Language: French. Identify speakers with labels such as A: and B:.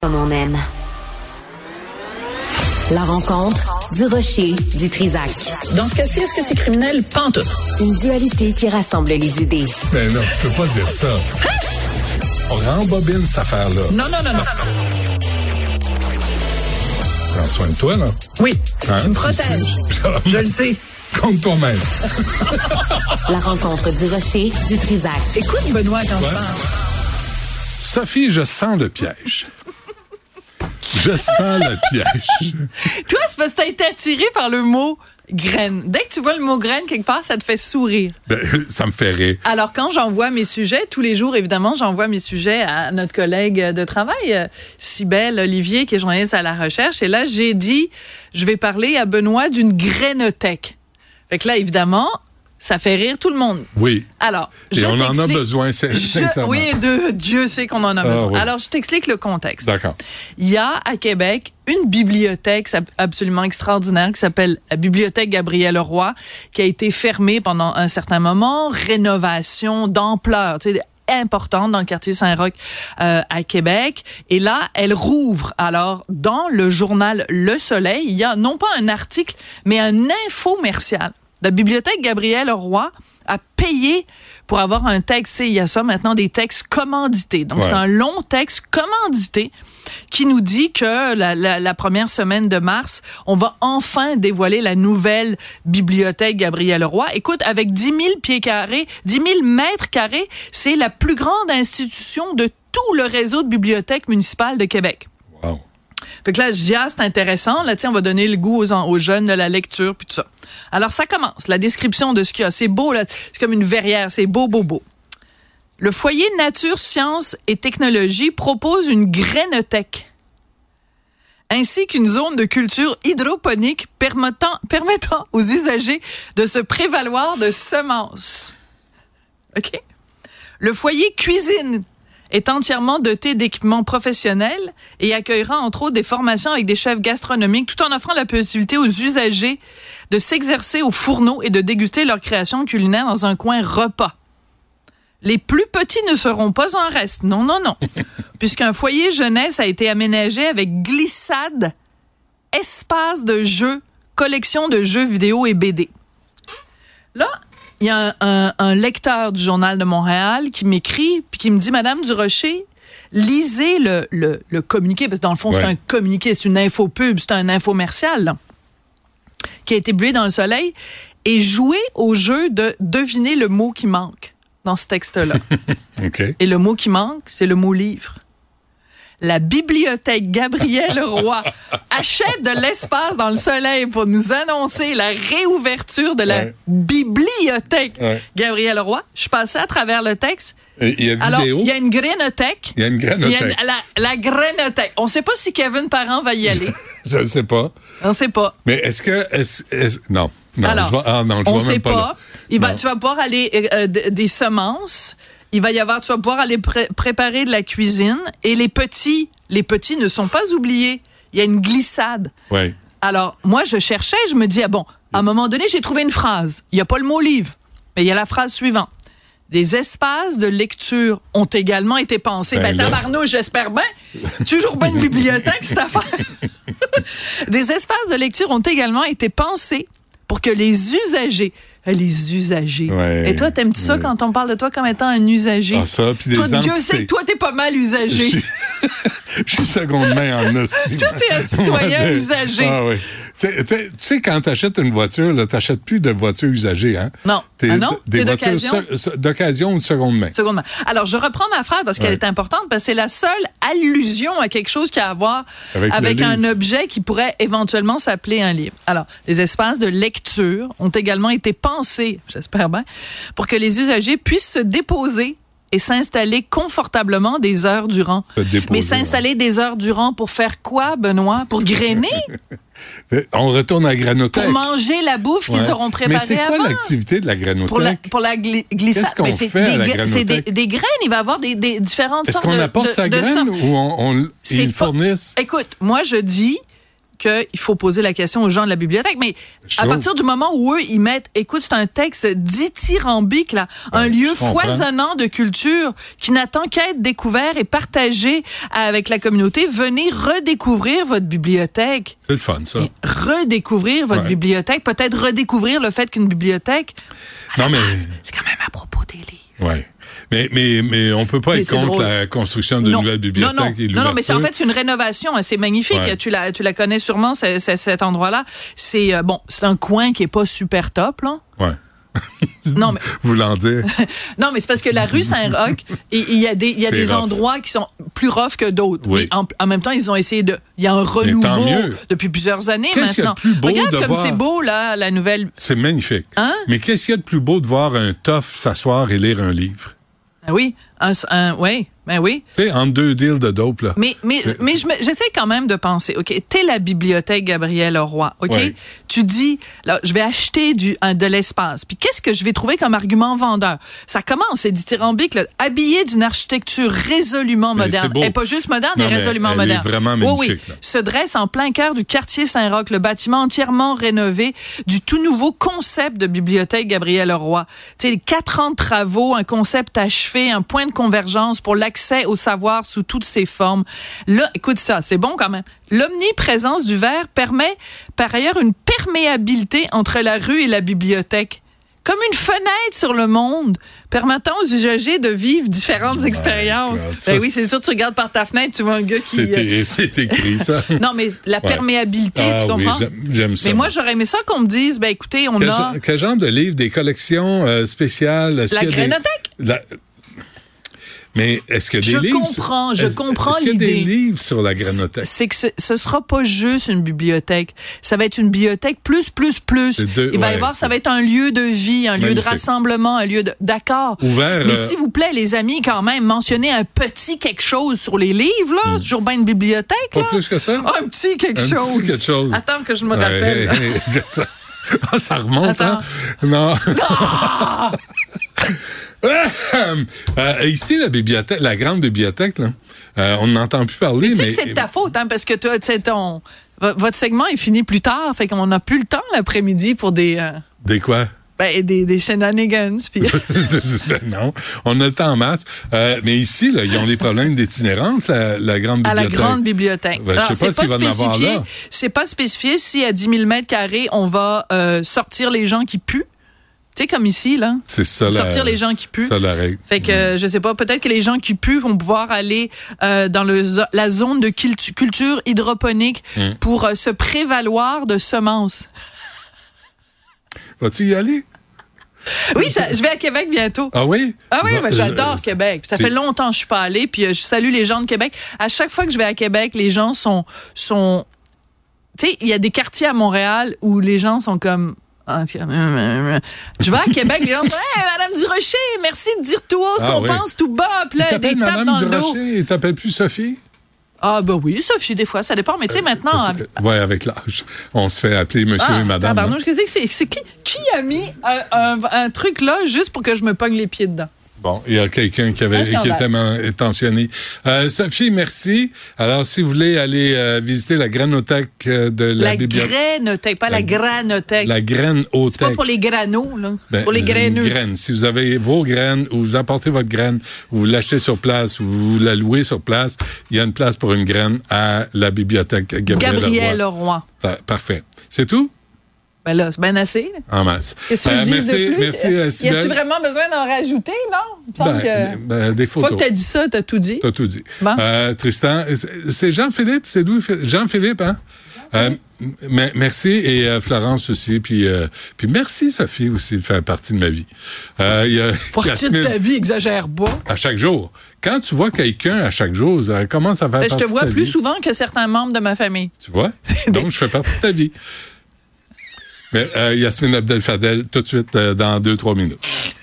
A: comme on aime. La rencontre du rocher du Trisac.
B: Dans ce cas-ci, est-ce que c'est criminel? Pantoute.
A: Une dualité qui rassemble les idées.
C: Mais Ben non, tu peux pas dire ça. On rembobine cette affaire-là.
B: Non, non, non, non.
C: Prends soin de toi, là.
B: Oui,
C: Hein,
B: tu me
C: tu
B: protèges.
C: sais.
B: Je le sais.
C: Compte toi-même.
A: La rencontre du rocher du Trisac.
B: Écoute, Benoît, quand tu
C: Ouais.
B: parles.
C: Sophie, je sens le piège. Je sens le piège.
D: Toi, c'est parce que t'as été attiré par le mot graine. Dès que tu vois le mot graine quelque part, ça te fait sourire.
C: Ben, ça me fait rire.
D: Alors, quand j'envoie mes sujets, tous les jours, évidemment, j'envoie mes sujets à notre collègue de travail, euh, Cybèle Olivier, qui est journaliste à la recherche. Et là, j'ai dit, je vais parler à Benoît d'une grainothèque. Fait que là, évidemment, ça fait rire tout le monde.
C: Oui.
D: Alors,
C: Et
D: je
C: on en a
D: t'explique-
C: besoin, c'est-
D: Je-
C: sincèrement.
D: Oui, de, Dieu sait qu'on en a
C: Ah,
D: besoin.
C: oui.
D: Alors, je t'explique le contexte.
C: D'accord.
D: Il y a à Québec une bibliothèque sap- absolument extraordinaire qui s'appelle la Bibliothèque Gabriel Leroy, qui a été fermée pendant un certain moment, rénovation d'ampleur, tu sais, importante dans le quartier Saint-Roch euh, à Québec. Et là, elle rouvre. Alors, dans le journal Le Soleil, il y a non pas un article, mais un infomercial. La bibliothèque Gabriel Leroy a payé pour avoir un texte. Tu sais, Il y a ça maintenant des textes commandités. Donc,
C: Ouais.
D: c'est un long texte commandité qui nous dit que la, la- la première semaine de mars, on va enfin dévoiler la nouvelle bibliothèque Gabriel Roy. Écoute, avec 10 000 pieds carrés, 10 000 mètres carrés, c'est la plus grande institution de tout le réseau de bibliothèques municipales de Québec.
C: Wow.
D: Fait que là, je dis, ah, c'est intéressant. Là, tiens, on va donner le goût aux, en- aux jeunes de la lecture, puis tout ça. Alors, ça commence. La description de ce qu'il y a. C'est beau, là. C'est comme une verrière. C'est beau, beau, beau. Le foyer Nature, Sciences et Technologies propose une grainothèque ainsi qu'une zone de culture hydroponique permettant, permettant aux usagers de se prévaloir de semences. OK? Le foyer cuisine est entièrement doté d'équipements professionnels et accueillera entre autres des formations avec des chefs gastronomiques tout en offrant la possibilité aux usagers de s'exercer au fourneau et de déguster leurs créations culinaires dans un coin repas. Les plus petits ne seront pas en reste. Non, non, non. Puisqu'un foyer jeunesse a été aménagé avec glissade, espace de jeu, collection de jeux vidéo et BD. Là, il y a un, un- un lecteur du Journal de Montréal qui m'écrit puis qui me dit Madame Durocher, lisez le, le- le communiqué, parce que dans le fond,
C: Ouais.
D: c'est un communiqué, c'est une info pub, c'est un infomercial, là, qui a été bué dans le soleil, et jouez au jeu de deviner le mot qui manque dans ce texte-là.
C: OK.
D: Et le mot qui manque, c'est le mot livre. La bibliothèque Gabriel Roy achète de l'espace dans le soleil pour nous annoncer la réouverture de la
C: Ouais.
D: bibliothèque
C: Ouais.
D: Gabriel Roy. Je passais à travers le texte.
C: Et Il y a
D: Alors,
C: vidéo.
D: il y a une grénothèque.
C: Il y a une
D: Il y a
C: granothèque.
D: une- la, la grénothèque. On ne sait pas si Kevin Parent va y aller.
C: Je ne sais pas.
D: On ne sait pas.
C: Mais est-ce que. est-ce- est-ce- non. Non,
D: Alors,
C: je vais- ah, non, je
D: on
C: vais
D: sait
C: même
D: pas.
C: pas.
D: Il va,
C: Non.
D: tu vas pouvoir aller euh, euh, d- des semences. Il va y avoir, tu vas pouvoir aller pré- préparer de la cuisine. Et les petits, les petits ne sont pas oubliés. Il y a une glissade.
C: Oui.
D: Alors, moi, je cherchais, je me dis, ah bon, à un moment donné, j'ai trouvé une phrase. Il n'y a pas le mot livre, mais il y a la phrase suivante. Des espaces de lecture ont également été pensés. Ben,
C: Ben là.
D: tabarnouche, j'espère bien. Toujours pas une bibliothèque, cette affaire. Des espaces de lecture ont également été pensés pour que les usagers. Eh, Les usagers.
C: Ouais.
D: Et toi, t'aimes-tu ça
C: Ouais.
D: quand on parle de toi comme étant un usager?
C: Ah, ça, puis des
D: toi, Dieu
C: entités.
D: sait que toi, t'es pas mal
C: Je
D: usagé.
C: suis- je suis seconde main en hostie.
D: Toi, t'es un citoyen
C: Ouais,
D: usagé.
C: Ah oui. Tu sais- tu sais- tu sais, quand t'achètes une voiture, là, t'achètes plus de voitures usagées, hein?
D: Non.
C: T'es-
D: Ah non?
C: Des
D: C'est
C: voitures
D: d'occasion?
C: se- se- d'occasion ou de seconde main.
D: Seconde main. Alors, je reprends ma phrase parce qu'elle
C: Ouais.
D: est importante, parce que c'est la seule allusion à quelque chose qui a à voir
C: Avec
D: avec,
C: le
D: un
C: livre.
D: objet qui pourrait éventuellement s'appeler un livre. Alors, les espaces de lecture ont également été pensés, j'espère bien, pour que les usagers puissent se déposer et s'installer confortablement des heures durant.
C: Se déposer,
D: Mais s'installer des heures durant pour faire quoi, Benoît? Pour grainer?
C: Euh, On retourne à la
D: pour
C: granothèque.
D: manger la bouffe
C: Ouais.
D: qu'ils auront
C: Mais
D: préparée
C: c'est quoi
D: avant?
C: l'activité de la granothèque?
D: pour la, pour la gli- glissade.
C: Qu'est-ce qu'on
D: Mais c'est
C: fait
D: des
C: à la
D: gra- C'est des,
C: granothèque?
D: des graines. Il va y avoir des, des différentes
C: Est-ce
D: sortes de
C: qu'on apporte
D: de-
C: sa
D: de
C: graine
D: sortes.
C: ou on, on-
D: C'est
C: ils le
D: pas-
C: fournissent?
D: Écoute, moi, je dis qu'il faut poser la question aux gens de la bibliothèque. Mais à
C: Sure.
D: partir du moment où eux, ils mettent, écoute, c'est un texte dithyrambique, là, un lieu
C: Ben, je comprends.
D: foisonnant de culture qui n'attend qu'à être découvert et partagé avec la communauté, venez redécouvrir votre bibliothèque.
C: C'est le fun, ça.
D: Mais redécouvrir votre
C: Ah. Ouais.
D: bibliothèque, peut-être redécouvrir le fait qu'une bibliothèque,
C: non, mais.
D: c'est quand même à propos des livres.
C: Ouais. Mais, mais, mais on peut pas
D: Mais
C: être
D: c'est
C: contre
D: drôle.
C: la construction de nouvelles bibliothèques.
D: Non, non,
C: et
D: non, non, mais c'est en
C: l'ouverture.
D: fait c'est une rénovation, hein, c'est magnifique.
C: Ouais.
D: Tu la, tu la connais sûrement, c'est- c'est- cet endroit-là. C'est euh, bon, c'est un coin qui est pas super top, là.
C: Ouais.
D: Non, mais
C: Voulant dire.
D: non, mais c'est parce que la rue Saint-Roch, il il y a des, il y a
C: C'est
D: des
C: rough.
D: endroits qui sont plus rough que d'autres.
C: Oui.
D: Mais en, en même temps, ils ont essayé de. Il y a un renouveau
C: tant mieux.
D: depuis plusieurs années
C: Qu'est-ce qu'il y a
D: maintenant.
C: de plus beau
D: Regarde
C: de
D: comme
C: voir-
D: c'est beau là, la nouvelle.
C: C'est magnifique.
D: Hein?
C: Mais qu'est-ce qu'il y a de plus beau de voir un toff s'asseoir et lire un livre?
D: Ah Oui, un, un- oui, ben oui.
C: Tu sais, entre deux deals de dope, là.
D: Mais, mais,
C: C'est-
D: mais je me- j'essaie quand même de penser, OK, t'es la bibliothèque Gabrielle Roy, OK?
C: Ouais.
D: Tu dis, là, je vais acheter du, un- de l'espace. Puis qu'est-ce que je vais trouver comme argument vendeur? Ça commence, c'est dithyrambique, là, habillé d'une architecture résolument
C: Mais
D: moderne.
C: c'est beau.
D: Elle est pas juste moderne,
C: Non,
D: elle est
C: mais
D: résolument
C: elle est
D: moderne.
C: vraiment
D: Oui, oui.
C: magnifique, là.
D: se dresse en plein cœur du quartier Saint-Roch, le bâtiment entièrement rénové du tout nouveau concept de bibliothèque Gabriel Roy. Tu sais, quatre ans de travaux, un concept achevé, un point de convergence pour l'accès au savoir sous toutes ses formes. Là, écoute ça, c'est bon quand même. L'omniprésence du verre permet par ailleurs une perméabilité entre la rue et la bibliothèque. Comme une fenêtre sur le monde, permettant aux usagers de vivre différentes
C: My
D: expériences.
C: God, ça,
D: Ben oui, c'est sûr, tu regardes par ta fenêtre, tu vois un gars qui... euh,
C: C'était- C'est écrit, ça.
D: non, mais la
C: Ouais.
D: perméabilité,
C: Ah
D: tu
C: oui,
D: comprends?
C: j'aime- j'aime ça.
D: mais moi, j'aurais aimé ça qu'on me dise, ben écoutez, on
C: Quel,
D: a...
C: gen- quel genre de livre, des collections euh, spéciales? est-ce
D: La
C: qu'il y a des-
D: Grénothèque?
C: La- Mais est-ce que des
D: Je
C: livres...
D: comprends, je
C: est-ce-
D: comprends
C: Est-ce qu'il y a des
D: l'idée.
C: livres sur la Grénothèque?
D: C'est que ce, ce sera pas juste une bibliothèque. Ça va être une bibliothèque plus, plus, plus.
C: C'est deux-
D: Il va y
C: ouais,
D: avoir,
C: c'est-
D: ça va être un lieu de vie, un lieu de
C: Magnifique.
D: rassemblement, un lieu de... D'accord.
C: Ouvert,
D: Mais
C: euh,
D: s'il vous plaît, les amis, quand même, mentionnez un petit quelque chose sur les livres, là. Toujours bien une bibliothèque,
C: Hmm. Pas
D: là.
C: plus que ça?
D: Un petit quelque
C: Un petit
D: chose.
C: quelque chose.
D: Attends que je me
C: Ouais,
D: rappelle.
C: attends. Ah, ça remonte,
D: Attends. Ah!
C: hein? Non. Euh, ici, la bibliothèque, la grande bibliothèque, là, euh, on n'entend plus parler,
D: Tu sais
C: mais...
D: que c'est de ta faute, hein, parce que toi, tu sais, ton, vo- votre segment est fini plus tard, fait qu'on n'a plus le temps l'après-midi pour des, euh,
C: Des quoi?
D: ben, des, des shenanigans. Puis,
C: Ben non, on a le temps en masse. Euh, mais ici, là, ils ont les problèmes d'itinérance, la, la grande
D: à la
C: bibliothèque.
D: grande bibliothèque.
C: Ben, je sais
D: Alors,
C: pas
D: c'est
C: s'il va en avoir
D: spécifié.
C: là.
D: C'est pas spécifié si à 10 000 mètres carrés, on va euh, sortir les gens qui puent. Tu sais, comme ici, là.
C: C'est ça la...
D: sortir les gens qui puent.
C: Ça hmm. la règle.
D: Fait que euh, je sais pas, peut-être que les gens qui puent vont pouvoir aller euh, dans le zo- la zone de cultu- culture hydroponique
C: Hmm.
D: pour euh, se prévaloir de semences.
C: Vas-tu y aller?
D: Oui, je, je vais à Québec bientôt.
C: Ah oui?
D: Ah oui,
C: Va-
D: ben, j'adore
C: euh,
D: Québec. Ça
C: c'est-
D: fait longtemps que je suis pas allée, puis euh, je salue les gens de Québec. À chaque fois que je vais à Québec, les gens sont sont tu sais, il y a des quartiers à Montréal où les gens sont comme Ah, tiens, hum, hum, hum. je vais à Québec, les gens sont Hey, Madame Durocher, merci de dire tout haut ce
C: Ah
D: qu'on
C: oui.
D: pense tout bas, puis
C: Il
D: là, des tapes
C: t'appelle Madame
D: dans le dos.
C: Durocher, il t'appelle plus Sophie?
D: Ah, ben oui, Sophie, des fois, ça dépend, mais tu sais,
C: Euh,
D: maintenant. euh,
C: Parce que- ouais, avec l'âge. On se fait appeler monsieur
D: ah,
C: et madame. hein.
D: tabarnouche, qu'est-ce que c'est? C'est qui, qui a mis un, un- un truc là juste pour que je me pogne les pieds dedans?
C: Bon, il y a quelqu'un qui
D: Un
C: avait qui
D: scandale.
C: était man- tensionné. Euh, Sophie, merci. Alors, si vous voulez aller euh, visiter la granothèque euh, de la,
D: La,
C: bibliothèque.
D: granothèque, pas la,
C: La-
D: granothèque.
C: La graine haute.
D: Pas pour les granos, là.
C: Ben,
D: pour les graineux.
C: Si vous avez vos graines ou vous apportez votre graine ou vous l'achetez sur place ou vous la louez sur place, il y a une place pour une graine à la bibliothèque Gabriel,
D: Gabriel
C: Leroy.
D: Leroy.
C: Ah, Parfait. C'est tout?
D: Ben là, c'est bien assez. là.
C: En masse.
D: Qu'est-ce que
C: Euh,
D: je dis
C: merci,
D: de plus?
C: merci, euh,
D: y a-tu
C: Sybelle.
D: vraiment besoin d'en rajouter, non? Il me semble
C: Ben,
D: que-
C: ben, des
D: Une fois
C: photos.
D: que t'as dit ça, t'as tout dit.
C: T'as tout dit.
D: Bon.
C: Euh, Tristan, c'est- c'est Jean-Philippe, c'est d'où Phil- Jean-Philippe, hein? Euh, m- merci et euh, Florence aussi, puis euh, puis merci Sophie aussi de faire partie de ma vie. Euh, il y a
D: Partie de
C: Yasmine,
D: ta vie, exagère pas.
C: à chaque jour. Quand tu vois quelqu'un à chaque jour, euh, ça commence à faire
D: Ben, je
C: partie
D: te
C: de ta
D: vois plus Ben
C: vie.
D: souvent que certains membres de ma famille.
C: Tu vois? Donc je fais partie de ta vie. Mais euh, Yasmine Abdel Fadel tout de suite euh, dans deux trois minutes.